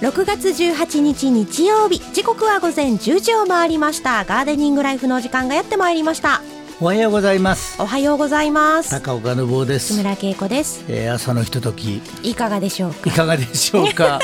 6月18日日曜日時刻は午前10時を回りましたガーデニングライフの時間がやってまいりましたおはようございますおはようございます高岡の坊で木す、村恵子ですえー、朝のひとときいかがでしょうかいかがでしょ うか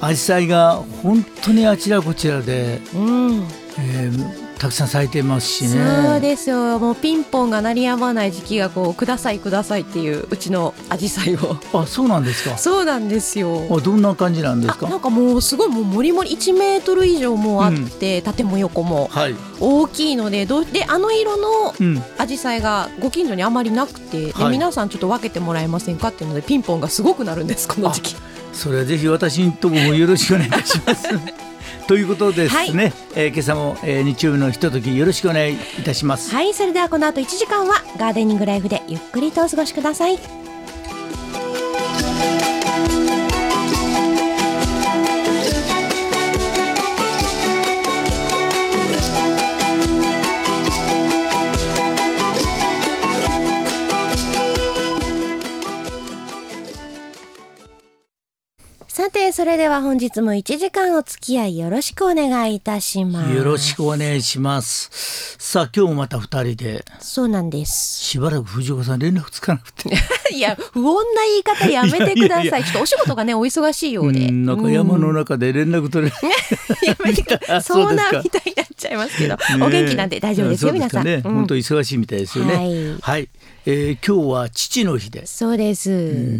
紫陽花が本当にあちらこちらで、うん、えー、たくさん咲いてますしねそうですよもうピンポンが鳴りやまない時期がこうくださいくださいっていううちの紫陽花をあそうなんですかそうなんですよあどんな感じなんですあかなんかもうすごいもうもりもり1メートル以上もうあって、縦も横もはい大きいのでどうであの色のうん紫陽花がご近所にあまりなくて、ではい皆さんちょっと分けてもらえませんかっていうのでピンポンがすごくなるんですこの時期それはぜひ私にともよろしくお願いします ということですね、えー今朝も、えー、日曜日のひとときよろしくお願いいたしますはいそれではこの後1時間はガーデニングライフでゆっくりとお過ごしくださいさてそれでは本日も1時間お付き合いよろしくお願いいたしますよろしくお願いしますさあ今日もまた二人でそうなんですしばらく藤岡さん連絡つかなくていや、不穏な言い方やめてください。いやいやいやちょっとお仕事がね、お忙しいようで。うんなんか山の中で連絡取れ ない、うんやめてください。そ そううですかなみたいになっちゃいますけど、ねえお元気なんで大丈夫ですよ、そう皆かさん。ね、うん本当忙しいみたいですよね。はいえー今日は父の日で、そうです、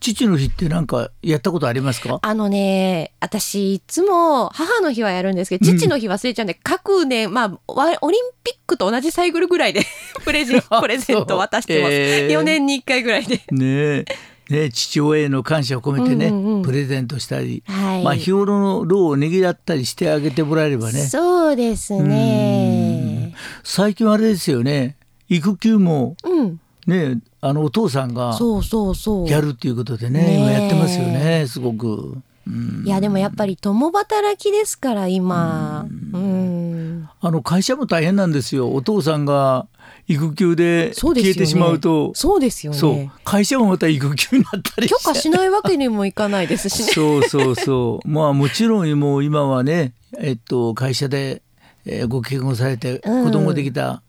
父の日ってなんかやったことありますか？あのね、私いつも母の日はやるんですけど、父の日忘れちゃうんで、各年、まあ、わオリンピックと同じサイクルぐらいで プレジ、プレゼント渡してます。そうえー4年に1回ぐらいで。ねえ、ねえ父親への感謝を込めてね、うんうんうんプレゼントしたり、はい。まあ日頃の労をねぎらったりしてあげてもらえればね。そうですね。最近はあれですよね、育休もうん。ねあのお父さんがそうそうそう。やるっていうことでね、ねえ今やってますよね、すごく。うんいやでもやっぱり共働きですから今。うん。あの会社も大変なんですよ。お父さんが育休でそうで消すよね。えてしまうと、そうですよそう ね。会社もまた育休になったり許して可しないわけにもいかないですしね。そうそうそう。 まあもちろんもう今はね、えっと会社で、えーご結婚されてうん子供ができた、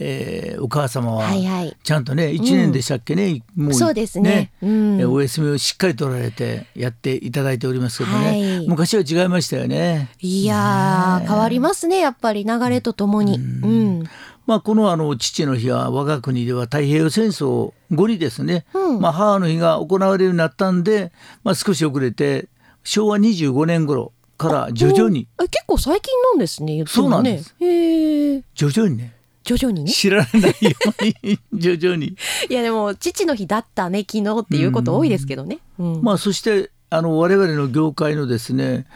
えーお母様ははいはい。ちゃんとね1年でしたっけね、もうそうですね。うえーん。お休みをしっかり取られてやっていただいておりますけどね、はい昔は違いましたよね。いやー変わりますねやっぱり流れとともに。うん。まあ、このあの父の日は我が国では太平洋戦争後にですね、うんまあ、母の日が行われるようになったんで、まあ、少し遅れて昭和25年頃から徐々にお。え結構最近なんですね。言ってもそうなんねです。へえ。徐々にね徐々にね。知られないように徐々に、いやでも父の日だったね昨日っていうこと多いですけどね。うん。まあ、そしてあの我々の業界のですね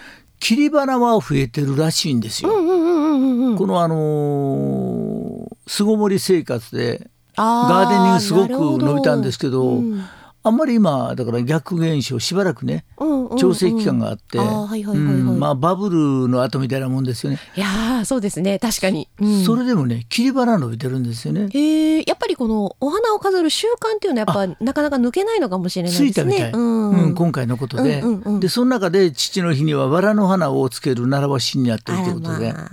切り花は増えてるらしいんですうよ。んうんうんうんうんうん。このあのー巣ごもり生活でガガーデニングすごく伸びたんですけどうんあんまり今だから逆現象しばらくねうんうんうん調整期間があって、あーはいはいはいはいうんまあバブルの後みたいなもんですよね。いやーそうですね確かに、うんそれでもね、切り花伸びてるんですよね。へえやっぱりこのお花を飾る習慣っていうのはやっぱなかなか抜けないのかもしれないですつねいたみたい、うん、うん今回のことで、うんうんうんでその中で父の日にはバラの花をつける習わしになってあるとらいうことまで、あ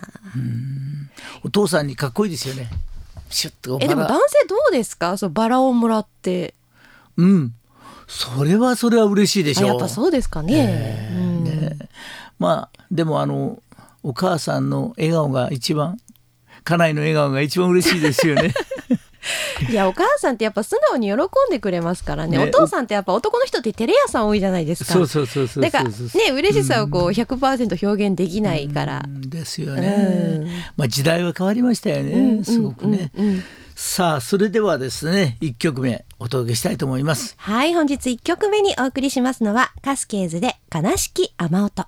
お父さんにかっこいいですよね。シュッとえでもバラ男性どうですかそうバラをもらってうん、それはそれは嬉しいでしあょう。やっぱそうですかね,、うん、まあでもあのお母さんの笑顔が一番、家内の笑顔が一番嬉しいです よね。いやお母さんってやっぱ素直に喜んでくれますからねねお父さんってやっぱ男の人って照れ屋さん多いじゃないですかそうそうそうそうそうそう。だからね嬉しさをこう100%表現できないからう、んですよね。まあ時代は変わりましたよね。すごくね。うんうんうんさあそれではですね一曲目お届けしたいと思います。はい、本日1曲目にお送りしますのは、カスケーズで悲しき雨音。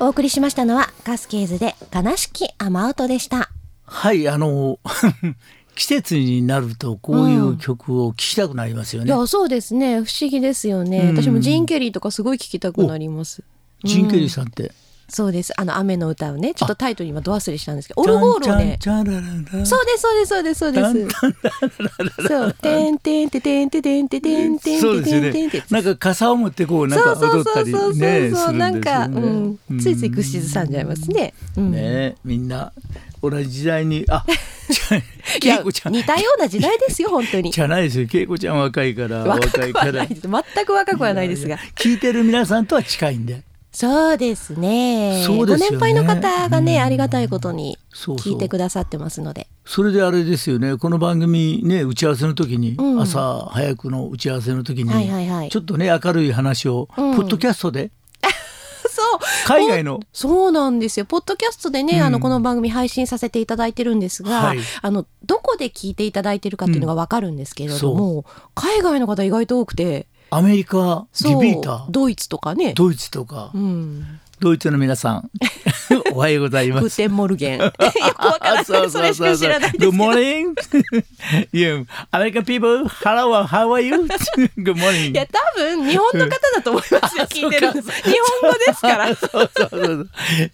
お送りしましたのは、カスケーズで悲しき雨音でした。はいあの 季節になるとこういう曲を聴きたくなりますよいね。や、そうですね。不思議ですよね。うん私もジン・ケリーとかすごい聞きたくなります。ジンケリーさんってそうですあの雨の歌をねちょっとタイトル今ど忘れしたんですけどオルゴールをねチャンチャンチャラララそうですそうですそうですそうですそうてんてんてんてんてんてんてんてんてんそうですよてんてんてねん。なんか傘を持ってこうなんそかうそ踊うったそうりそうねそすうるなんんですか、ようねん。ついつい口ずさんじゃいますね。うん、ねみんな同じ時代にあ、 いけいやこちゃん似たような時代ですよ本当にじ。ゃないですよ。けいこちゃん若いから若くいはない全く若くはないですいやがいや聞いてる皆さんとは近いんで。そうですねそうですよねご年配の方がね、うんありがたいことにそうそう聞いてくださってますのでそれであれですよね。この番組ね打ち合わせの時に、うん朝早くの打ち合わせの時に、はいはいはいちょっとね明るい話を、うんポッドキャストでそう海外のそうなんですよポッドキャストでね、うんあのこの番組配信させていただいてるんですが、はいあのどこで聞いていただいてるかっていうのがわかるんですけれども、海外の方意外と多くてアメリカリそうビータードイツとかねドイツとか、うん、ドイツの皆 さんおはようございグます。ーテンモル ゲンよくわからないそれしか知らないですけど Good morning. you American people, hello, how are you? Good い morning. や多分日本の方だと思いますよ聞いてるそう日本語ですからそうそうそう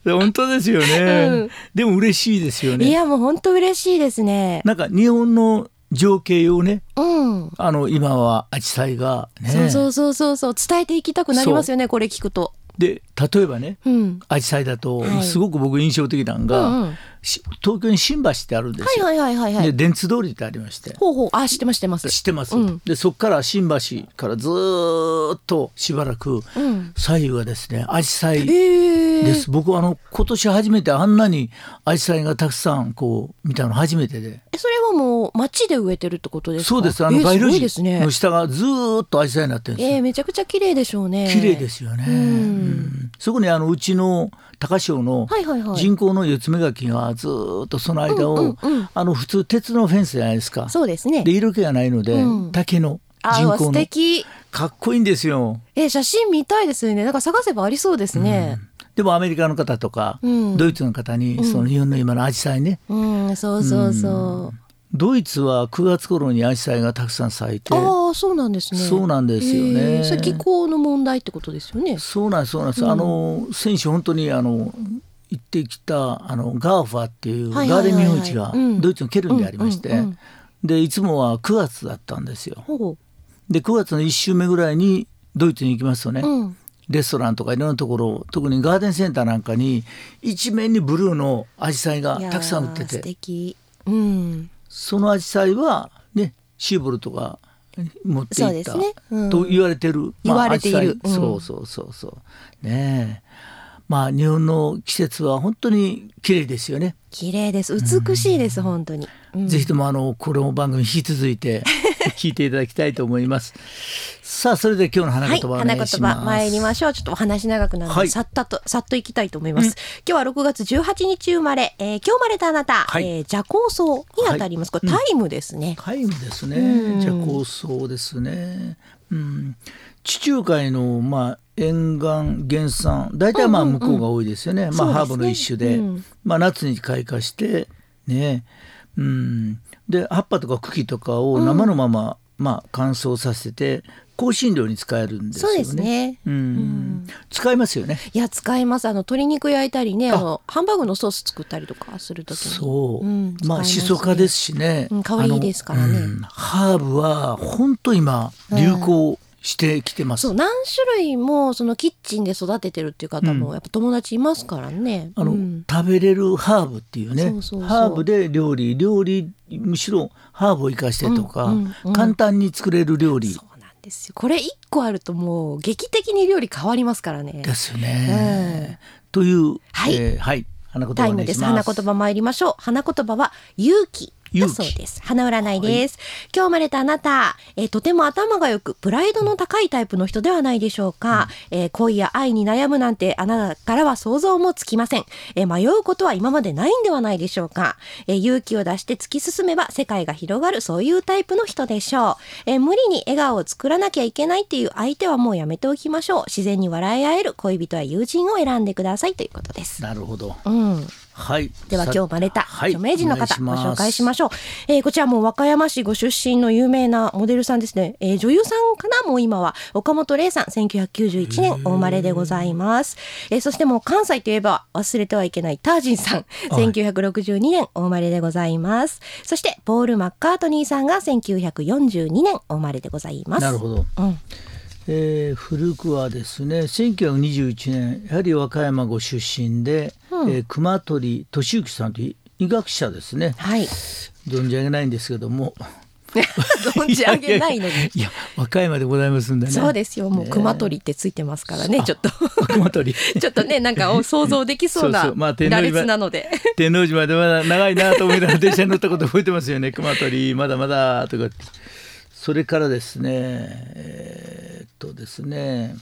そう。本当ですよね。うんでも嬉しいですよいね。やもう本当嬉しいですねなんか日本の情景をね、うんあの今はアジサイがね、そうそうそうそうそう伝えていきたくなりますよねこれ聞くとで例えばね、うんアジサイだと、はいすごく僕印象的なのうが、んうんはし東京に新橋ってあるんですいよ。はいはいはいはいで電通通りってありまして。ほうほうあ知ってます知ってます知ってます、うんでそこから新橋からずーっとしばらくうん左右はですねアジサイええです、僕あの今年初めてあんなにアジサイがたくさんこう見たの初めてでそれはもう町で植えてるってことですかそうですあえのー街すごい路です樹ねの下がずーっとアジサイになってるんですよ、えー、めちゃくちゃ綺麗でしょうね綺麗ですよね、うんうんそこにあのうちの高潮のはいはいはい人工の四つ目垣がずーっとその間を、うんうんうんあの普通鉄のフェンスじゃないですかそうですねで色気がないので、うん竹のあ人ー工素の敵かっこいいんですよえー、写真見たいですよねなんか探せばありそうですねでもアメリカの方とか、うんドイツの方にその日本の今のアジサイね、うん、そうそうそうドイツは9月頃にアジサイがたくさん咲いてああそうなんですねそうなんですよねえーそれ気候の問題ってことですよねそうなんですそうなんです、あの選手本当にあの行ってきたあのガーファっていうはガいはいはいーデンはい見本市がうんドイツのケルンでありまして、うんうんうんでいつもは9月だったんですよほうで9月の1週目ぐらいにドイツに行きますとね、うんレストランとかいろんなところ特にガーデンセンターなんかに一面にブルーのアジサイがいやーたくさん売ってて素敵うんそのアジサイはねシーボルトが持ってそういでっすた、ねうんと言われてる、言われているアジサうイんそうそうそうそうねえまあ日本の季節は本当に綺麗ですよね、綺麗です美しいです、本当に、うんぜひともあのこの番組引き続 いて聞いていただきたいと思いますさあそれでは今日の花はい言葉お願花い言します、葉参りましょうちょっとお話長くなるので、はいさったとさっといきたいと思います、今日は6月18日生まれ、えー、今日生まれたあなた、はいえー、蛇行草にあたります、これタイムですね、タイムですうねん。じゃあ構想ですね。うん、地中海のまあ沿岸原産大体まあうんうんう向んこうが多いですよね。まそうですねあハーブの一種で、うんまあ夏に開花してね。うん、で葉っぱとか茎とかを生のまま、まあ乾燥させて香辛料に使えるんですよそうね。ですねうんん使いますよね。いや使いますあの鶏肉焼いたりねあのハンバーグのソース作ったりとかするときにそう、んまあ使いシすソ科ですしね、うん香りいいですからねあのうんハーブは本当今流行してきてます、そう何種類もそのキッチンで育ててるっていう方もやっぱ友達いますからね。あの、うん食べれるハーブっていうねそうそうそうハーブで料理料理むしろハーブを生かしてとか、うんうんうん簡単に作れる料理そうなんですよ。これ一個あるともう劇的に料理変わりますからね。ですよね、というはいえーはい、花言タ葉イおム願いでしす。ま花す言葉参りましょう。花言葉は勇気。だ勇気そうです。花占いです。今日生まれたあなた、えーとても頭が良く、プライドの高いタイプの人ではないでしょうか。えー恋や愛に悩むなんて、あなたからは想像もつきません。えー迷うことは今までないんではないでしょうか。えー勇気を出して突き進めば世界が広がる、そういうタイプの人でしょう。えー無理に笑顔を作らなきゃいけないっていう相手はもうやめておきましょう。自然に笑い合える恋人や友人を選んでくださいということです。なるほどうん。はい。ではさ今日生まれたはい著名人の方おご願いしま紹す介しましょう、えーこちらも和歌山市ご出身の有名なモデルさんですね、えー女優さんかなもう今は岡本玲さん1991年お生まれでございます、えーそしてもう関西といえば忘れてはいけないタージンさんはい1962年お生まれでございますそしてポール・マッカートニーさんが1942年お生まれでございますなるほど。うんえー古くはですね1921年やはり和歌山ご出身で、えー熊取俊之さんという医学者ですね はい存じ上げないんですけども存じ上げないのに いや和歌山でございますんでねそうですよもうね熊取ってついてますからねあちょっと熊 取ちょっとねなんかお想像できそうなそうそうまあ天皇羅に列なので天王寺までまだ長いなと思いながら電車に乗ったこと覚えてますよね熊取まだまだとかってそれからですねえーっとですね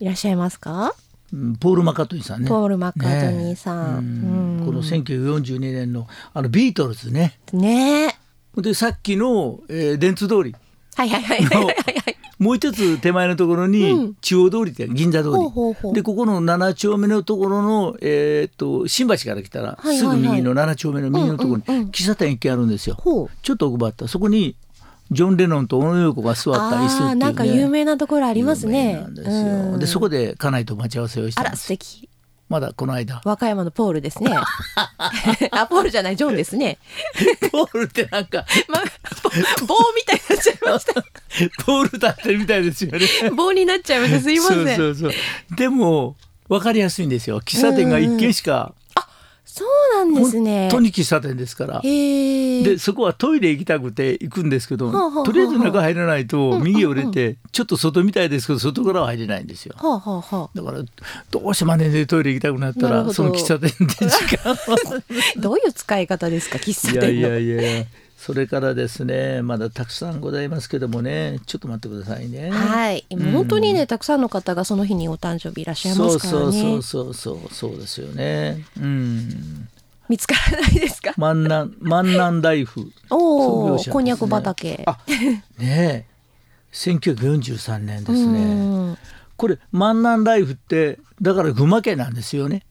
いらっしゃいますかうんポール・マッカートニーさんねポールマッカートニーさんねえうんうんこの1942年のあのビートルズねねえでさっきの、えー電通通りはいはい はいはいはいはいもう一つ手前のところに、中央通りって銀座通りほうほうほうでここの7丁目のところの、えーっと新橋から来たら、いはいはいすぐ右の7丁目の右のところに、うんうんうん喫茶店一軒あるんですよほうちょっと奥ばったそこにジョン・レノンと小野洋子が座った椅子ってあいう、ね、ーなんか有名なところあります有名ねなんですようんでそこで家内と待ち合わせをしたあんらです素敵まだこの間 和歌山のポールですねあポールじゃないジョンですねポールってなんか まぼ棒みたいになっちゃいま したポール立ってるみたいですよね。す棒になっちゃいましたすいませんそうそうそう。でも分かりやすいんですよ。喫茶店が一軒しか、そうなんですね本当に喫茶店ですから。へえでそこはトイレ行きたくて行くんですけど、ほうほうほうとりあえず中入らないと右折れて、ちょっと外みたいですけど外からは入れないんですよ。はあはあはだからどうして真似でトイレ行きたくなったなるほらどその喫茶店で時 間を。あどういう使い方ですか喫茶い店やのいやいや。それからですねまだたくさんございますけどもねちょっと待ってくださいね。はい、うん本当にね、たくさんの方がその日にお誕生日いらっしゃいますからね。そうそうそうそうそうですよね。うん。見つからないです か。万南万南大夫。おお、創業者ですねこんにゃく畑。あ、ねえ。1943年ですうね。んこれ万南大夫ってだから群馬県なんですよね。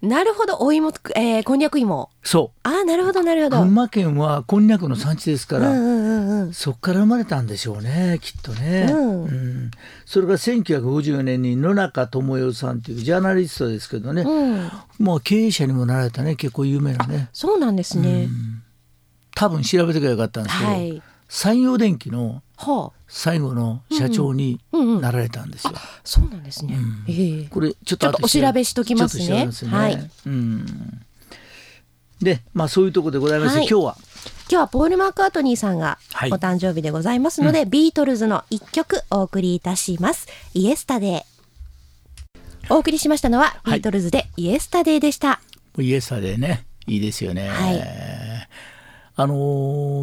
なるほど、お芋つく、えー、こんにゃく芋。そあー、なるほど、なるほう。ど。う群ん馬県はこんにゃくの産地ですかうんら。うんうん。そこから生まれたんでしょうねきっとね、うんんそれが1950年に野中智代さんというジャーナリストですけどね、うん、もう経営者にもなられたね結構有名なねそうなんですね。多分調べてけばよかったんですけど、はい。山陽電機のは最後の社長にうんうんうんなられたんですよ。あ、そうなんですね。ええこれちょっちょとっとお調べしときますねちょっと調べますねはいうんでまあそういうところでございまして、はい今日は今日はポール・マッカートニーさんがはいお誕生日でございますので、ビートルズの一曲お送りいたします。イエスタデー。お送りしましたのは、はビいートルズでイエスタデーでした。もうイエスタでねいいですよね。はいあの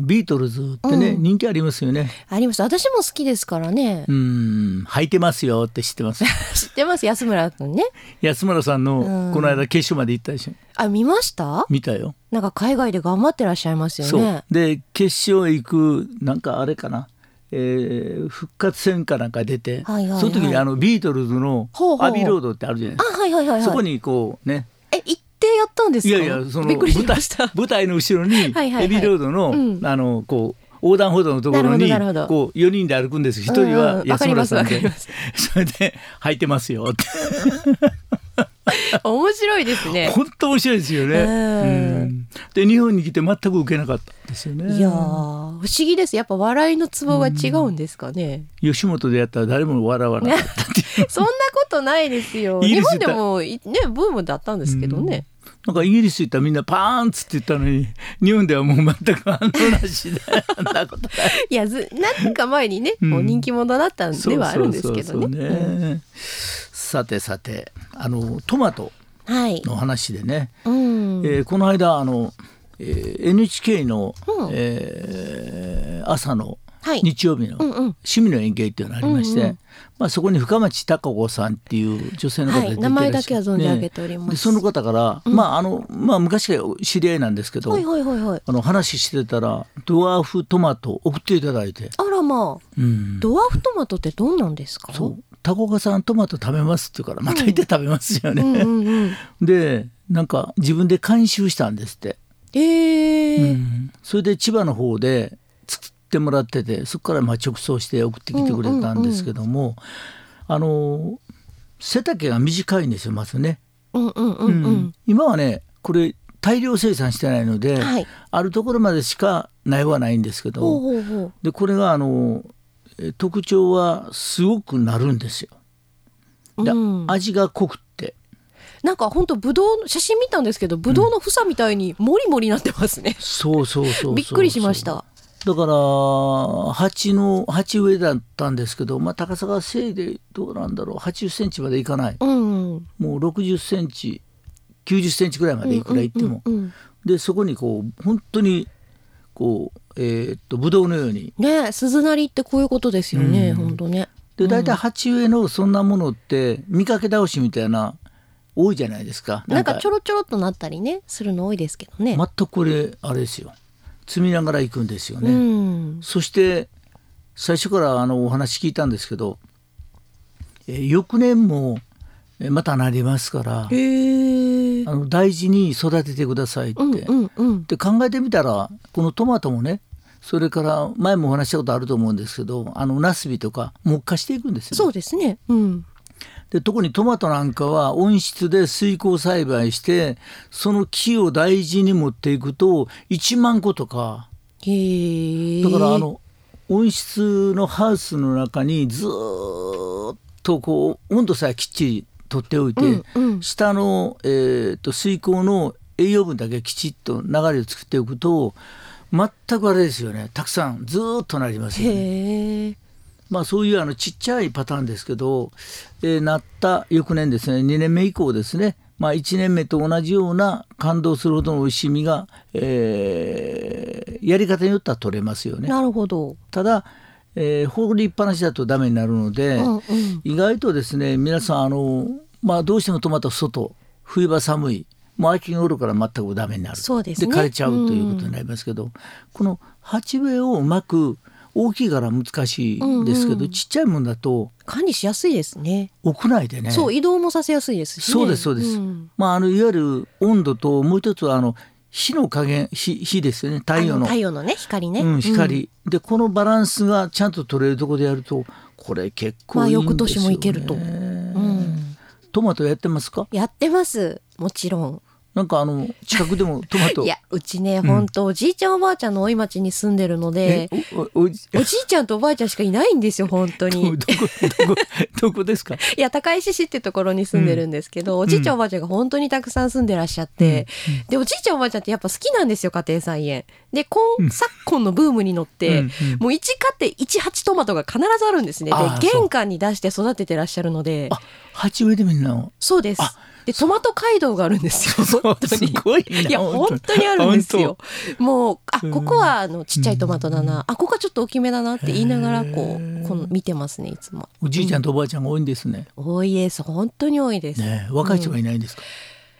ービートルズってね、人気ありますよね。ありました。私も好きですから ね。うん履いてますよって知っ てます。知ってます安村君ね。安村さうんんのこの間決勝まで行ったでしょ。あ、見ました見たよ。なんか海外で頑張ってらっしゃいますよそうね。で決勝行くなんかあれかな、えー復活戦かなんか出て、はいはいはいその時にあのビートルズのほうほうほうアビーロードってあるじゃないですかあ、はいはいはいはい。そこにこうねえ、行ってやったんですいかやいやそのびっくりし舞ま台 した。舞台の後ろに はいはいアビーロードの、うんあのこう横断歩道のところになるほどなるほどこう4人で歩くんです一人うんはうんわか安りま村すさんわで、かります それで「履いてますよ」って面白いですね。本当面白いですよね。うんうんで日本に来て全く受けなかったんですよね。いやー、不思議です。やっぱ笑いのツボが違うんですかね。吉本でやったら誰も笑わなかったっていう。そんなことないですよ。いい日です本でもいねブームだったんですけどね。なんかイギリス行ったらみんなパーンっつって言ったのに日本ではもう全く反応なしであんなことないいやずなんか前にね、うんもう人気者だったんではあるんですけそうそうどそうそうね。さてさてあのトマうんトはい。の話でね、うん。えーこの間あの、えー NHK の、うんえー朝のはい日曜日のうんうん「趣味の園芸」っていうのがありまして、うんうんまあ、そこに深町貴子さんっていう女性の方がは出ていらっしゃる名前だけは存じ上げておりますでその方から、まああのまあ、昔から知り合いなんですけど、はいはいはいはい。あの話してたらドワーフトマト送っていただいて、あらまあ、うんドワーフトマトってどんなんですか。そう高岡さんトマト食べます」って言うからまたいて食べますよね。うんうん うん、でなんか自分で監修したんですって、えーうんそれで千葉の方で作ってもらっててそこからまあ直送して送ってきてくれたんですけども、あの背丈が短いんですよまずね、うんうんうんううんん今はねこれ大量生産してないので、はいあるところまでしか苗はないんですほけうどほうほうでこれがあのえ特徴はすごくなるんですよ。でうん味が濃くってなんか本当ブドウの写真見たんですけどブドウの房みたいにもりもりなってますね、そうそうそうそうそ うびっくりしましただから鉢の鉢植えだったんですけど、まあ、高さがせいでどうなんだろう80センチまでいかないうんうんもう60センチ90センチぐらいまでいくらいっても、うんうんでそこにこう本当にこうえーっとブドウのようにね鈴なりってこういうことですよね、うん本当ねで大体鉢植えのそんなものって見かけ倒しみたいな多いじゃないですかなんかちょろろちょろっとなったりねするの多いですけどね、全くこれあれですよ積みながら行くんですよね、うんそして最初からあのお話聞いたんですけど、えー翌年もえーまたなりますからへえあの大事に育ててくださいって、うんうんうんで考えてみたらこのトマトもねそれから前もお話ししたことあると思うんですけどあのナスビとか木化していくんですよね、そうですねうんで特にトマトなんかは温室で水耕栽培してその木を大事に持っていくと1万個とかへえだからあの温室のハウスの中にずーっとこう温度さえきっちり取っておいて、うんうん下の、えー、と水耕の栄養分だけきちっと流れを作っておくと全くあれですよねたくさんずーっとなりますよね。へえまあ、そういうあのちっちゃいパターンですけど、えーなった翌年ですね2年目以降ですね、まあ、1年目と同じような感動するほどの美味しみが、えーやり方によっては取れますよね。なるほどただ、えー放りっぱなしだとダメになるので、うんうん意外とですね皆さんあの、まあ、どうしてもトマトは外冬場寒いもう秋頃から全くダメになるそうですね枯れちゃうということになりますけど、この鉢植えをうまく大きいから難しいですけど、うんうんちっちゃいもんだと管理しやすいですね屋内でねそう移動もさせやすいですし、ね、そうですそうです、んまあ、あのいわゆる温度ともう一つはあの火の加減火火ですよね太陽あのの太陽のね光ね、うん、光、でこのバランスがちゃんと取れるところでやるとこれ結構いいんですよ、ねまあ翌年もいけるとうんトマトやってますかやってますもちろんなんかあ の近くでもトマトいやうちね本当、おじいちゃんおばあちゃんの大井町に住んでるのでえおおおじおじいちゃんとおばあちゃんしかいないんですよ本当ど にこどこ どこどこですかいや高石市ってところに住んでるんですけど、おじいちゃんおばあちゃんが本当にたくさん住んでらっしゃって、でおじいちゃんおばあちゃんってやっぱ好きなんですよ家庭菜園で今、うん昨今のブームに乗って、うんうんもう一家庭一鉢トマトが必ずあるんですねあーでそう玄関に出して育ててらっしゃるのであ鉢植えでみんなをそうですあでトマト街道があるん ですよ本当にすごいないや本当にあるんですよもうあうんここはあのちっちゃいトマトだな、あここはちょっと大きめだなって言いながらこへうーこの見てますねいつもおじいちゃんとおばあちゃんが多いんですね、多いです本当に多いです、ねえ若い人はいないんですか、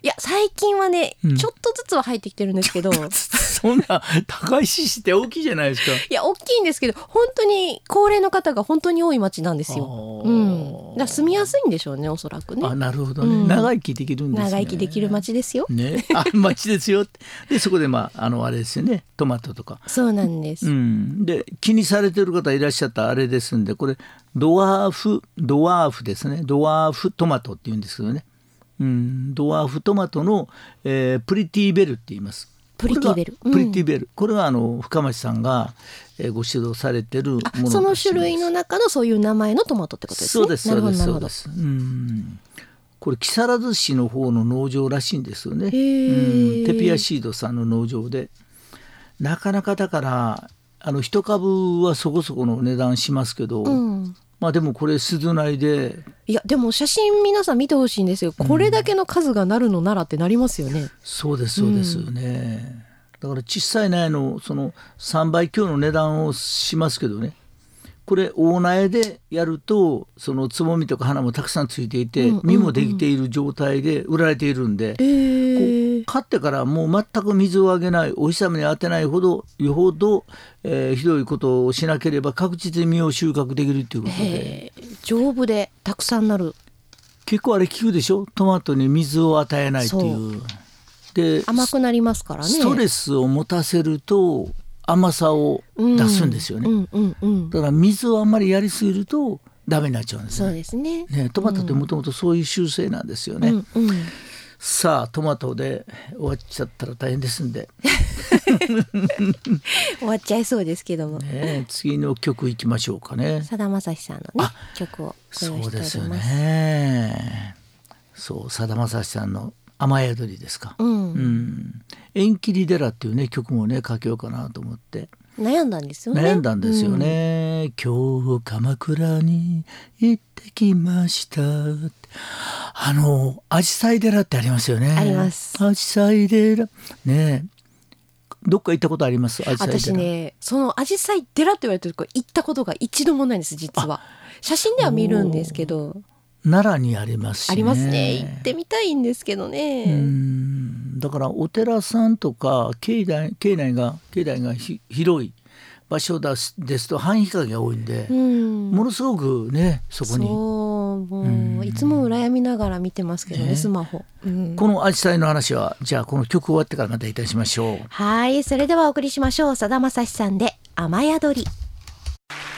いや最近はね、うんちょっとずつは入ってきてるんですけどいそんな高い市って大きいじゃないですかや大きいんですけど本当に高齢の方が本当に多い町なんですよ、あーうん、だから住みやすいんでしょうねおそらくねあなるほどね、うん長生きできるんですね長生きできる町ですよね、あ 町ですよってでそこでまああのあれですよねトマトとか、そうなんです、うん、で気にされてる方いらっしゃったあれですんでこれドワーフドワーフですねドワーフトマトって言うんですけどね、うん、ドワーフトマトの、えープリティベルって言いますプリティベルこれがうんプリティベル、これはあの深町さんが、えーご指導されてるものあそのです種類の中のそういう名前のトマトってことですねそうですそうですなるほどなそうるほどですうんこれ木更津市の方の農場らしいんですよね、ーうんテピアシードさんの農場でなかなかだからあの一株はそこそこの値段しますけど、うんまあでもこれ鈴なりでいやでも写真皆さん見てほしいんですよこれだけの数がなるのならってなりますよね、そうですそうですよね、だから小さい苗のその3倍強の値段をしますけどねこれ大苗でやるとそのつぼみとか花もたくさんついていて、実もできている状態で売られているんで、えー買ってからもう全く水をあげないお日様に当てないほどよほど、えーひどいことをしなければ確実に実を収穫できるということでへえ丈夫でたくさんなる結構あれ効くでしょトマトに水を与えないっていう。で甘くなりますからねストレスを持たせると甘さを出すんですよね、うんうんうんだから水をあんまりやりすぎるとダメになっちゃうんですそうねですねねトマトってもともとそういう習性なんですよね、うんうんさあトマトで終わっちゃったら大変ですんで、終わっちゃいそうですけども、ね、次の曲いきましょうかねさだまさしさんのね曲をご用意そしておりうでますすよねそうさだまさしさんの「雨宿り」ですか、うんうん縁切り寺っていうね曲もね書けようかなと思って悩んだんですよね悩んだんですよね、今日鎌倉に行ってきましたあの紫陽花寺ってありますよねあります紫陽花寺ねえどっか行ったことあります紫陽花私寺ねそのアジサイ寺って言われてるとこ行ったことが一度もないんです実は写真では見るんですけど奈良にありますし、ね、ありますね行ってみたいんですけどうね、んだからお寺さんとか境内境内が境内がひ広い場所だすですと半日陰が多いんで、うんものすごくねそこそにうもううんいつも羨みながら見てますけどねねスマホ、うんこのアジサイの話はじゃあこの曲終わってからまたいたしましょうはいそれではお送りしましょうさだまさしさんで雨宿り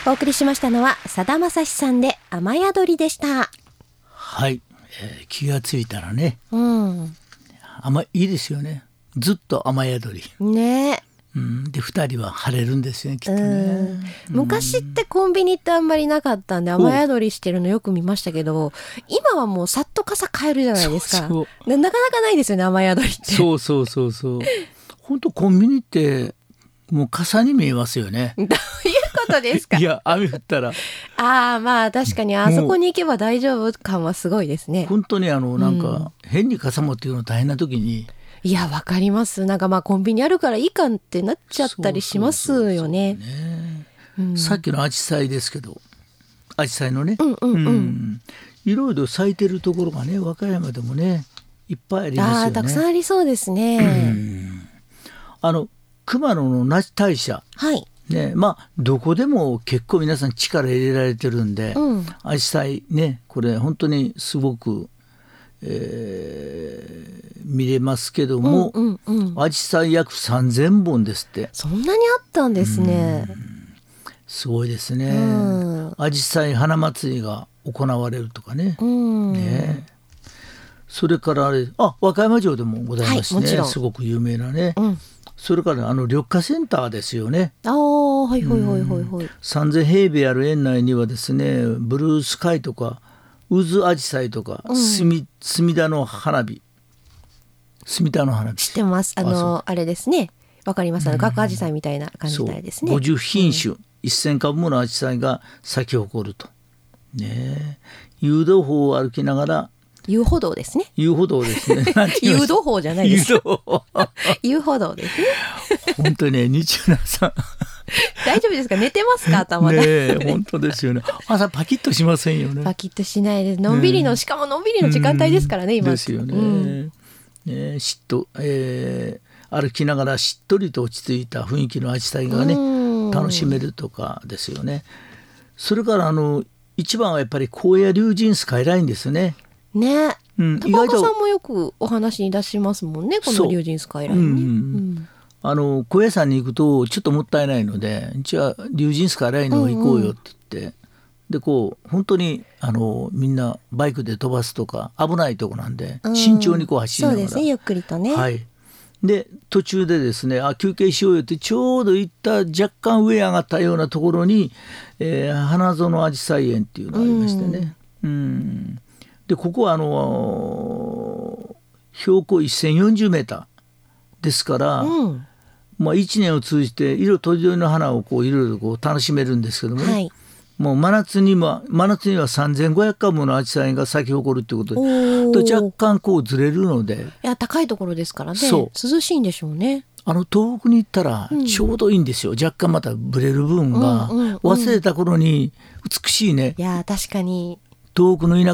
お送りしましたのはさだまさしさんで雨宿りでしたはい、えー気がついたらねうんあまいいですよねずっと雨宿り、ねうん、で二人は晴れるんですよねきっとうんね昔ってコンビニってあんまりなかったんで雨宿りしてるのよく見ましたけど今はもうさっと傘買えるじゃないですかそうななかなかないですよね雨宿りってそうそうそうそう本当コンビニってもう傘に見えますよねどういうことですかいや雨降ったらああまあ確かにあそこに行けば大丈夫感はすごいですね。本当にあのなんか変に傘持っていうの大変な時にいやわかりますなんかまあコンビニあるからいいかんってなっちゃったりしますよね。うんさっきのアジサイですけどアジサイのね、うんうんうんうんいろいろ咲いてるところがね和歌山でもねいっぱいありますあよあね。たくさんありそうですね。あの熊野の那智大社はい。ねまあどこでも結構皆さん力入れられてるんで、うんアジサイねこれ本当にすごく、えー見れますけども、うんうん。アジサイ約3,000本ですってそんなにあったんですね。すごいですねうん。アジサイ花祭りが行われるとかね。うん。ねそれからあれあ和歌山城でもございますはいもね、ちろんすごく有名なね、うん。それからあの緑化センターですよねああはいはいはいはいはい。 3,000平米ある園内にはですねブルースカイとかウズアジサイとか、隅隅田の花火隅田の花火知ってます。ああそのあれですね。わかります。あの学アジサイみたいな感じそうのあれですね。 50品種、1,000株ものアジサイが咲き誇ると。ねえ遊歩法を歩きながら遊歩道ですね。遊歩道です ね。なんて言い遊ます歩法じゃないです。遊歩道遊歩道ですね。本当にね、日村さん。大丈夫ですか寝てますか頭ねが。え、本当ですよね。朝パキッとしませんよね。パキッとしないです。のんびりの、しかものんびりの時間帯ですからね、今。ですよね。うんねえ、しっと、えー歩きながらしっとりと落ち着いた雰囲気のアジサイがうんね、楽しめるとかですよね。それから、あの、一番はやっぱり高野龍神スカイラインですね。ね。うん、高岡さんもよくお話に出しますもんね、こそのう龍神スカイラインね。うんうんあの小屋さんに行くとちょっともったいないのでじゃあ龍神スカイラインの方行こうよって言って、でこう本当にあのみんなバイクで飛ばすとか危ないとこなんでうん慎重にこう走りなそうがでら、すね、ゆっくりとね。はいで途中でですねあ休憩しようよってちょうど行った若干上上がったようなところに、えー花園アジサイ園っていうのがありましてね、うん、でここはあのー標高1,040メーターですから、うん。まあ、1年を通じて色とりどりの花をこういろいろこう楽しめるんですけどもね、はい。もう真夏には真夏には3,500株ものアジサイが咲き誇るっていうことおでお。と若干こうずれるのでいや、高いところですからね。そ涼しいんでしょうね。あの東北に行ったらんちょうどいいんですよ、若干またブレる部分が、うんうんうん忘れた頃に美しいねいやー確かに。東北の田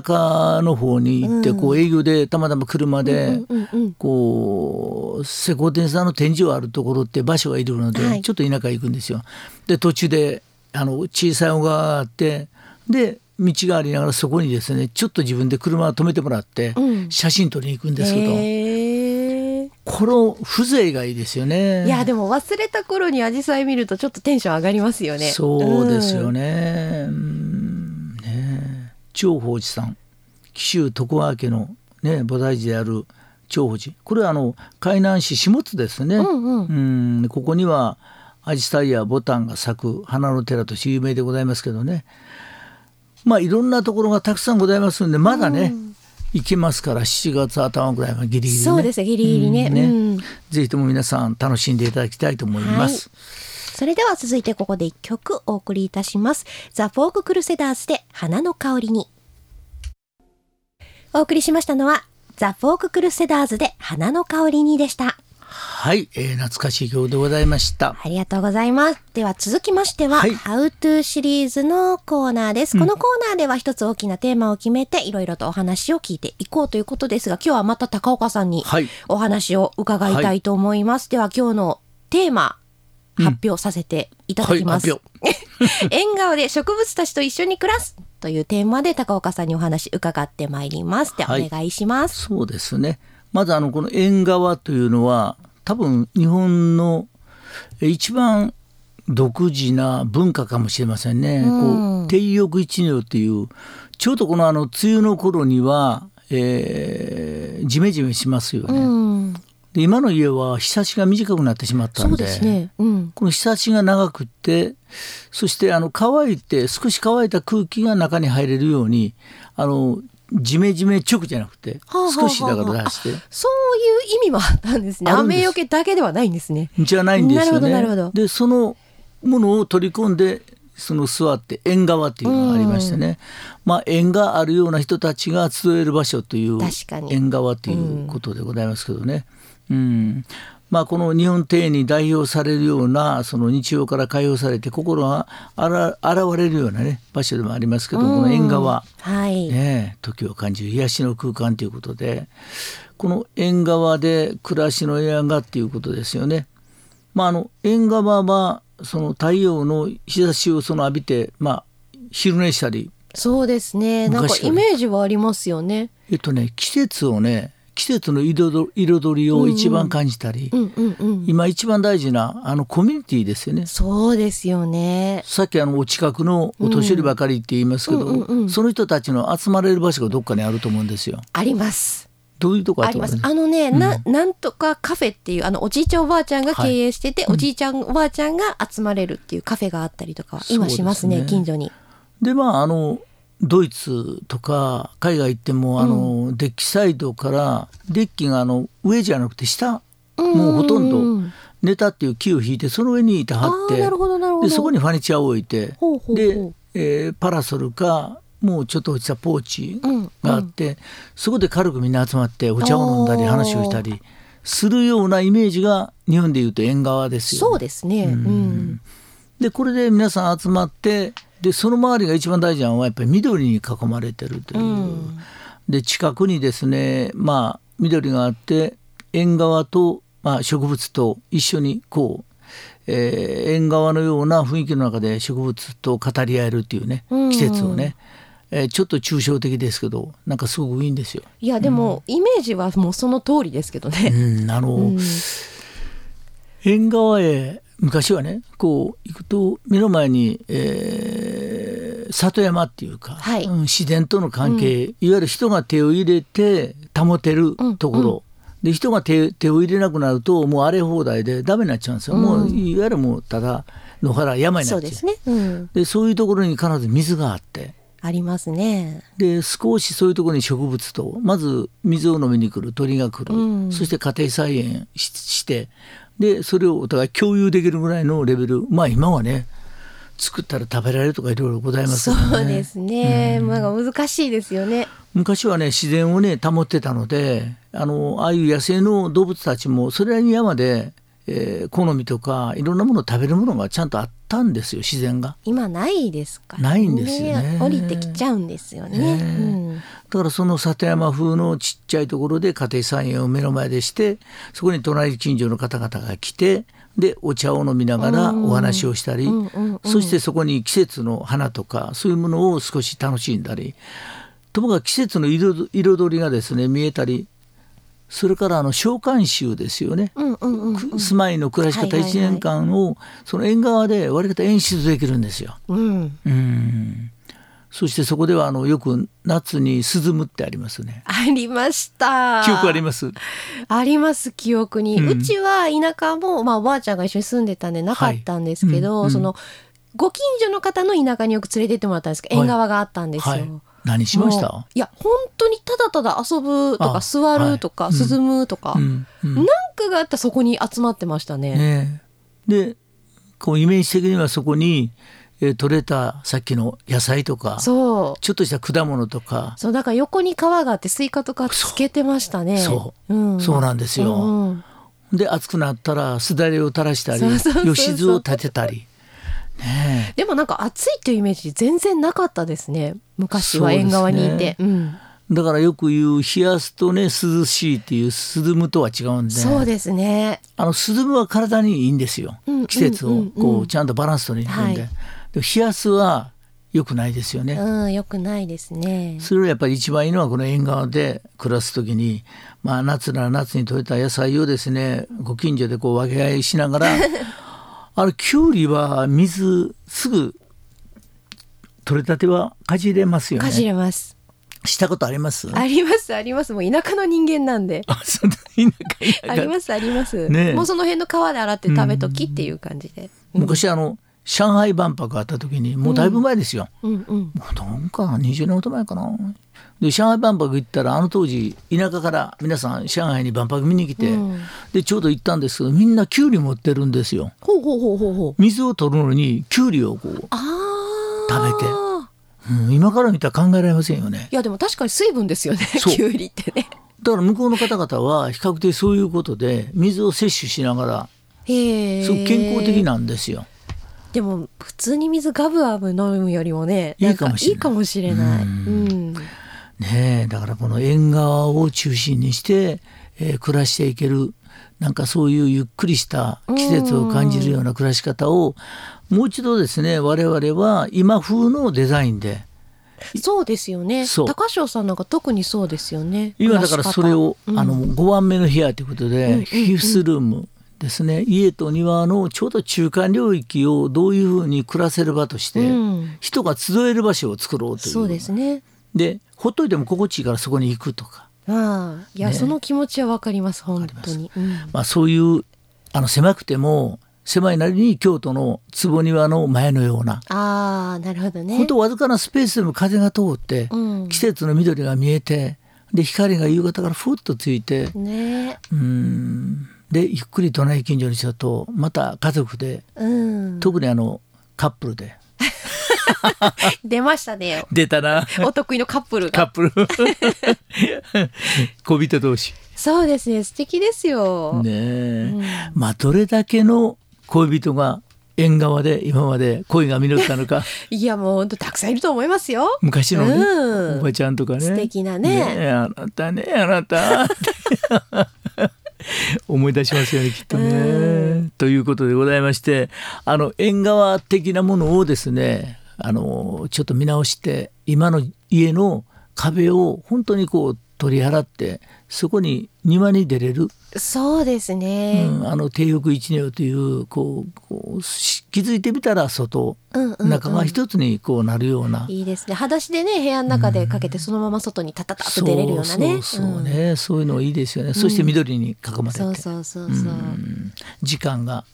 舎の方に行って、うんこう営業でたまたま車で、うんうんこう施工店さんの展示をあるところって場所がいるので、はいちょっと田舎へ行くんですよ。で途中であの小さい小川があってで道がありながらそこにですねちょっと自分で車を止めてもらって、うん写真撮りに行くんですけど、へーこの風情がいいですよね。いやでも忘れた頃に紫陽花見るとちょっとテンション上がりますよね。そうですよね。ね。うんねえ長宝寺さん紀州徳川家の、ね、菩提寺である長宝寺これはあの海南市下津ですね。うんうんうんここにはアジサイやボタンが咲く花の寺として有名でございますけどねまあいろんなところがたくさんございますんでまだね、行けますから7月頭ぐらいはギリギリ、ね、そうですねギリギリねうんうんぜひとも皆さん楽しんでいただきたいと思います、それでは続いてここで一曲お送りいたします。ザ・フォーク・クルセダースで花の香りに。お送りしましたのは、ザ・フォーク・クルセダーズで花の香りにでした。はい、えー懐かしい曲でございましたありがとうございます。では続きましては、はい How to シリーズのコーナーです。このコーナーでは一つ大きなテーマを決めて、いろいろとお話を聞いていこうということですが、今日はまた高岡さんにはいお話を伺いたいと思います。では今日のテーマ、発表させていただきます。はい 縁側で植物たちと一緒に暮らすというテーマで高岡さんにお話伺ってまいります。でははいお願いします。そうですねまずあのこの縁側というのは多分日本のえ一番独自な文化かもしれませんね。こう定翼一尿というちょうどこのあの梅雨の頃には、えー、ジメジメしますよね。うん、で今の家は日差しが短くなってしまったそんうでですね。うん。この日差しが長くってそしてあの乾いて少し乾いた空気が中に入れるようにあのジメジメ直じゃなくてはあはあはあ少しだから出して。そういう意味はあったんですね。あるんで雨すよけだけではないんですね。じゃないんですよね。なるほどなるほどでそのものを取り込んでその座って縁側っていうのがありましてね、まあ縁があるような人たちが集える場所という確かに縁側ということでございますけどね。うんまあ、この日本庭園に代表されるようなその日常から解放されて心があら現れるようなね場所でもありますけどもこの縁側。はい。ねえ、時を感じる癒しの空間ということでこの縁側で暮らしの縁側っていうことですよね。まあ、あの縁側はその太陽の日差しをその浴びて、まあ、昼寝したりそうですね。なんか昔からイメージはありますよね。えっとね季節をね季節の彩彩りを一番感じたり、うんうんうん。今一番大事なあのコミュニティですよね。そうですよね。さっきあのお近くのお年寄りばかりって言いますけど、うんうんうんうんその人たちの集まれる場所がどっかにあると思うんですよ。あります。どういうとこあありとま思いますす。あのね、ななんとかカフェっていうあのおじいちゃんおばあちゃんが経営してて、おじいちゃんおばあちゃんが集まれるっていうカフェがあったりとかは今しますねそうですね近所に。でまああのドイツとか海外行ってもあの、デッキサイドからデッキがあの上じゃなくて下もうほとんうんうんうどんネタっていう木を引いてその上に板あ張っあーてなるほどなるほど。でそこにファニチャーを置いてほうほうほうで、えーパラソルかもうちょっと落ちたポーチうんがあって、そこで軽くみんな集まってお茶を飲んだりおー話をしたりするようなイメージが日本でいうと縁側ですよねそうですね。うん。でこれで皆さん集まってでその周りが一番大事なのはやっぱり緑に囲まれてるという、うんで近くにですねまあ緑があって縁側と、まあ、植物と一緒にこう、えー縁側のような雰囲気の中で植物と語り合えるっていうねうん季節をね、えーちょっと抽象的ですけどなんかすごくいいんですよ。いやでも、イメージはもうその通りですけどね。うん、あの、縁側へ昔はねこう行くと目の前に、えー里山っていうか、はいうん自然との関係、いわゆる人が手を入れて保てるところ、で人が手手を入れなくなるともう荒れ放題でダメになっちゃうんですよ、もういわゆるもうただ野原山に なそうっちゃうですね。うん。でそういうところに必ず水があって。ありますね。で少しそういうところに植物とまず水を飲みに来る鳥が来る、うんそして家庭菜園ししてでそれをお互い共有できるぐらいのレベルまあ今はね作ったら食べられるとかいろいろございますそけどうですね。まあ難しいですよね。昔はね自然をね保ってたのであのああいう野生の動物たちもそれなりに山でえー好みとかいろんなものを食べるものがちゃんとあったんですよ自然が。今ないですから、ないんですよね降りてきちゃうんですよね。ねうんだからその里山風のちっちゃいところで家庭菜園を目の前でしてそこに隣近所の方々が来てでお茶を飲みながらお話をしたり、うんうんうんそしてそこに季節の花とかそういうものを少し楽しんだりともかく季節の彩彩りがですね見えたりそれからあの召喚集ですよね、うんうんうんく住まいの暮らしはい方はいはい1年間をその縁側で割り方演出できるんですよ。うんうんそしてそこではあのよく夏に涼むってありますね。ありました。記憶あります。あります記憶に、ううんちは田舎も、まあ、おばあちゃんが一緒に住んでたんでなかったんですけど、はいうんうんそのご近所の方の田舎によく連れてってもらったんですけど、はい縁側があったんですよ。はい。何しましもたう？いや本当にただただ遊ぶとかあ座るとか、はいうん涼むとか、うんうんなんかがあったらそこに集まってましたね。ねえ、でこうイメージ的にはそこに、えー、取れたさっきの野菜とかそうちょっとした果物とか、そうだから横に川があってスイカとかつけてましたね。そう、んそうなんですよ。うんうんで暑くなったらすだれを垂らしたりそうそうそうそう吉酢を立てたり。ねえでもなんか暑いというイメージ全然なかったですね昔はそうです縁ね側にいて。うんだからよく言う冷やすとね涼しいっていう涼むとは違うんでそうですね。あのスズムは体にいいんですようん季節うんうをんうんこうちゃんとバランス取りに行くんで,、はいでも冷やすは良くないですよね、うん、良くないですね。それよりやっぱり一番いいのはこの沿岸で暮らす時に、まあ、夏なら夏に採れた野菜をですねご近所でこう分け合いしな がらあのきゅうりは水すぐ取れたてはかじれますよかじねれます。したことありますあります、あります。もう田舎の人間なんで。あ そうだいいのかいいのかあります、あります。ねえもうその辺の川で洗って食べときっていう感じで。昔あの上海万博あった時にもうだいぶ前ですよ、うん、うん、なんか20年ほど前かな。で上海万博行ったらあの当時田舎から皆さん上海に万博見に来て、うんでちょうど行ったんですけどみんなキュウリ持ってるんですよ。ほうほうほうほうほう。水を取るのにキュウリをこう、ああ。食べてうん今から見たら考えられませんよね。いや、でも確かに水分ですよね。そうきゅうりってね。だから向こうの方々は比較的そういうことで水を摂取しながらへえ。すごく健康的。なんですよ。でも、普通に水ガブガブ飲むよりもね。いいかもしれないんかいいかもしれない。うん。ねえだからこの縁側を中心にして、えー暮らしていけるなんかそういうゆっくりした季節を感じるような暮らし方をもう一度ですね我々は今風のデザインでそうですよね。そう高潮さんなんか特にそうですよね。今だからそれを、暮らし方あの5番目の部屋ということうんうんうんでヒースルームですね家と庭のちょうど中間領域をどういうふうに暮らせる場として、うん人が集える場所を作ろうというそうですね。でほっといても心地いいからそこに行くとか。ああ、いや、ねその気持ちはわかります。本当に。うんまあ、そういうあの狭くても狭いなりに京都の坪庭の前のようなああ、なるほどね。本当わずかなスペースでも風が通って、うん季節の緑が見えてで光が夕方からふっとついてね。うんでゆっくり隣近所にしたとまた家族でうん。特にあのカップルで 出ました ね。出たなお得意のカップルカが。ップル 恋人同士。そうですね。素敵ですよ。ねえ、まあどれだけの恋人が縁側で今まで恋が実ったのか。いや、もう本当たくさんいると思いますよ。昔のね、うんおばちゃんとかね素敵なねえあなたねあなた 思い出しますよねきっとね。ということでございましてあの縁側的なものをですねあのちょっと見直して今の家の壁を本当にこう取り払ってそこに庭に出れる、そうですうね。ん、あの低欲一年というこうこうし気づいてみたら外うんうんうん中が一つにこうなるような、いいですね。裸足でね、部屋の中でかけて、そのまま外にタタタっと出れるようなね。そうそうそうね、そういうのいいですよね。そして緑に囲うまんれて、そうそうそうそう。うん時間が、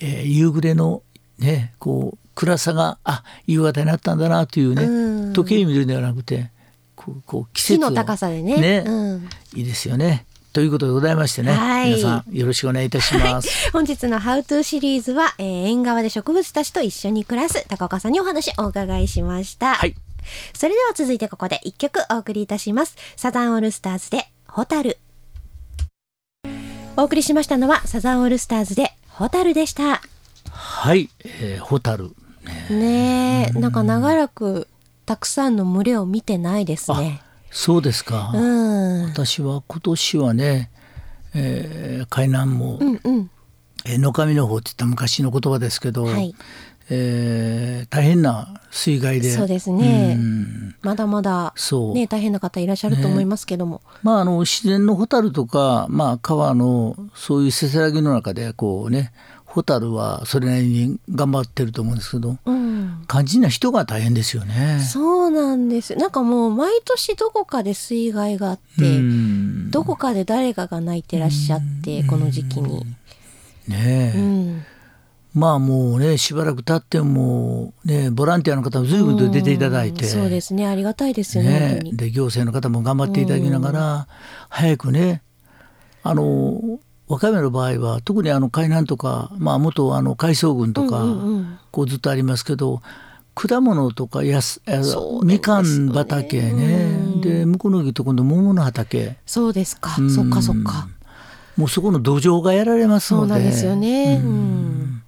えー夕暮れのね、こう暗さがあ夕方になったんだなというね、うん時計見るんではなくて、こうこう木季節をの高さでね。うんいいですよね。ということでございましてね、はい皆さんよろしくお願いいたします。 本日の「ハウトゥーシリーズは、えー縁側で植物たちと一緒に暮らす高岡さんにお話をお伺いしました、はいそれでは続いてここで一曲お送りいたしますサザンオールスターズで「ホタル」お送りしましたのはサザンオールスターズでホタルでしたはい、えー、ホタルねえなんか長らくたくさんの群れを見てないですねそうですか、うん私は今年はね、えー海南も、うんうんえー野上の方って言った昔の言葉ですけど、はいえー大変な水害でそうですねうんまだまだそうね大変な方いらっしゃると思いますけども、まあ、あの自然のホタルとか、まあ、川のそういうせせらぎの中でこうねホタルはそれなりに頑張ってると思うんですけどうん肝心な人が大変ですよね。そうなんですなんかもう毎年どこかで水害があって、うんどこかで誰かが泣いてらっしゃって、この時期に、ねえうん、まあもうねしばらく経っても、ね、ボランティアの方も随分と出ていただいて、うんそうですねありがたいですよねね本当にで行政の方も頑張っていただきながら、早くねあの和歌山の場合は特にあの海南とか、まあ、元あの海藻群とか、うんうんうんこうずっとありますけど果物とかやす、あそうなんでみすよかねん畑ねうんで向こうの木と今度桃の畑そうですか、うんそっかそっかもうそこの土壌がやられますのそでうなんですよね、うん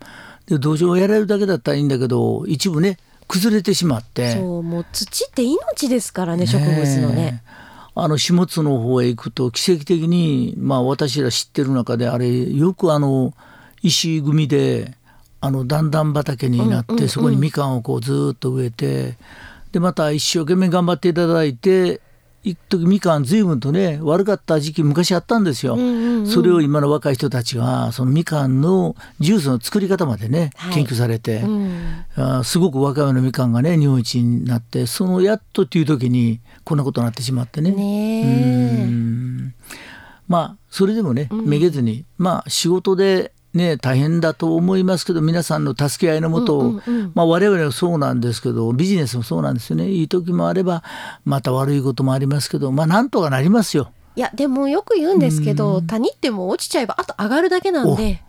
で土壌をやられるだけだったらいいんだけど一部ね崩れてしまって。そうもう土って命ですからね植物のねえあの下津の方へ行くと奇跡的に、まあ、私ら知ってる中であれよくあの石組であの段々畑になって、うんうんうんそこにみかんをこうずーっと植えてでまた一生懸命頑張っていただいて一時みかん随分とね悪かった時期昔あったんですよ。うんうんうんそれを今の若い人たちはそのみかんのジュースの作り方までね、はい研究されて、うんあーすごく和歌山のみかんがね日本一になってそのやっとっていう時にこんなことになってしまってねねうえんまあそれでもねめげずに、まあ仕事でね大変だと思いますけど皆さんの助け合いのもと、うんうんうんまあ、我々はそうなんですけどビジネスもそうなんですよねいい時もあればまた悪いこともありますけどまあなんとかなりますよ。いやでもよく言うんですけど谷ってもう落ちちゃえばあと上がるだけなんで。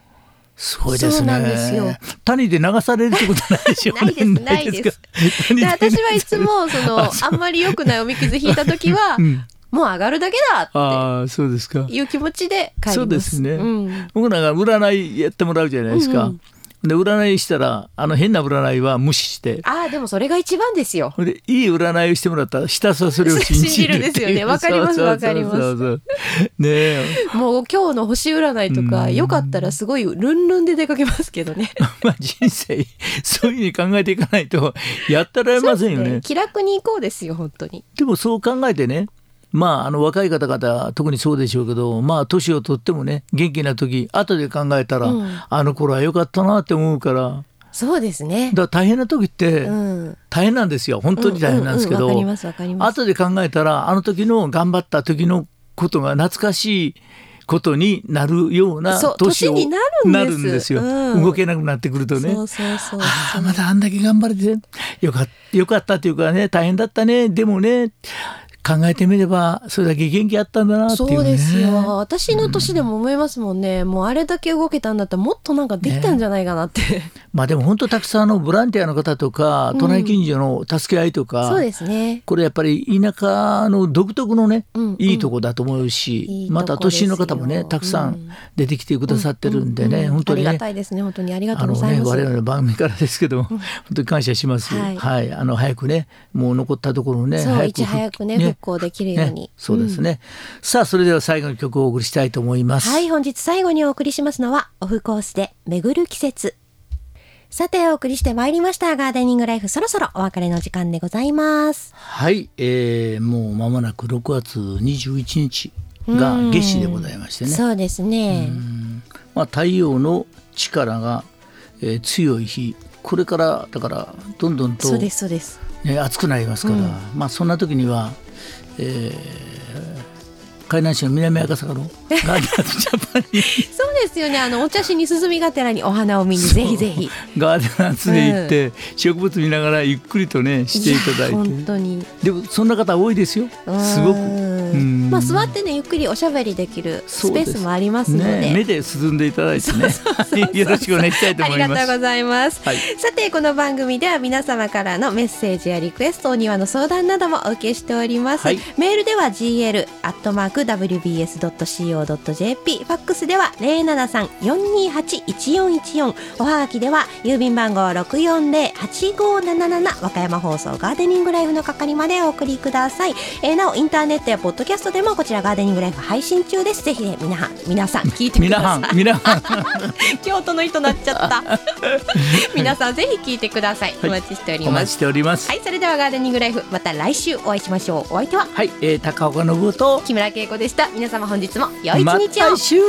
すごいですね。そうなんですよ谷で流されるってことないでしょないです ない ですすかで谷で私はいつ もそのあんまり良くないおみくず引いた時は、もう上がるだけだっああそうですかて。いう気持ちで帰ります。そうですね、うん僕なんか占いやってもらうじゃないですか、うんで占いしたらあの変な占いは無視してああでもそれが一番です よ。それでいい占いをしてもらったらひたすらそれを信じるってい信じるんでうすよねわかりますそうそうそうわかりますそうそうねえ もう今日の星占いとかよかったらすごいルンルンで出かけますけどね。まあ人生そういうふうに考えていかないとやったられませんよね気楽に行こうですよ本当に。でもそう考えてねまああの若い方々は特にそうでしょうけどまあ年を取ってもね元気な時後で考えたら、うんあの頃は良かったなって思うからそうですねだ。から大変な時って、うん。大変なんですよ本当に大変なんですけうううど、わかりますわかります。後で考えたらあの時の頑張った時のことが懐かしいことになるようなそう年を年になるんですなよ、うん動けなくなってくるとねそうそうそう。ああまだあんだけ頑張れてよかっよかったっていうかね大変だったねでもね考えてみればそれだけ元気あったんだなっていそうねうですよ。私の年でも思いますもんね。もうあれだけ動けたんだったらもっとなんかできたんじゃないかなって。まあでも本当たくさんあのボランティアの方とか隣近所の助け合いとか、そうですね。これやっぱり田舎の独特のね、うんうんいいとこだと思うしいいとこまた都心の方もですねよたくさん出てきてくださってるんでね、うん本当にありねがたいですね。本当にありがとあうごのざいねます。我々の番組からですけども、本当に感謝します、ははいいあの早くねもう残ったところをねそう早いちく早くね復興できるようにそうですね、さあそれでは最後の曲をお送りしたいと思います、はい、本日最後にお送りしますのは、オフコースで巡る季節。さて、お送りしてまいりました、ガーデニングライフ、そろそろお別れの時間でございます。はい、えーもう間もなく6月21日が夏至でございましてねそうですね。まあ、太陽の力が、えー強い日これからだからどんどんと、そうでね、す、そうです。暑くなりますから、まあ、そんな時には、えー海南市の南赤坂 のガーデンズジャパンそにうですよね。あの、お茶しに進みがてらにお花を見に、ぜひぜひ。ガーデナーズで行って、植物見ながらゆっくりとねしていたやだいて本当に。でもそんな方多いですよすごくうーんんまあ、座ってねゆっくりおしゃべりできるスペースもありますのでね、目で涼んでいただいてね よろしくお願いしたいとあ思りいますがとうございます、はいさてこの番組では皆様からのメッセージやリクエストお庭の相談などもお受けしております、はいメールでは gl アットマーク wbs.co.jp ファックスでは零七三四二八一四一四おはがきでは郵便番号六四零八五七七和歌山放送ガーデニングライフの係までお送りください、えー、なおインターネットやポッドキャストでもこちらガーデニングライフ配信中ですぜひ、ね、皆は皆さん聞いてくだ皆ささいん皆さ ん京都の人なっちゃ った皆さんぜひ聞いてください、お待ちしておりおま待ちすしておりますははい、それではガーデニングライフまた来週お会いしましょうお相手はいえー、高岡信夫と木村恵子でした皆様本日も良い一また日を来週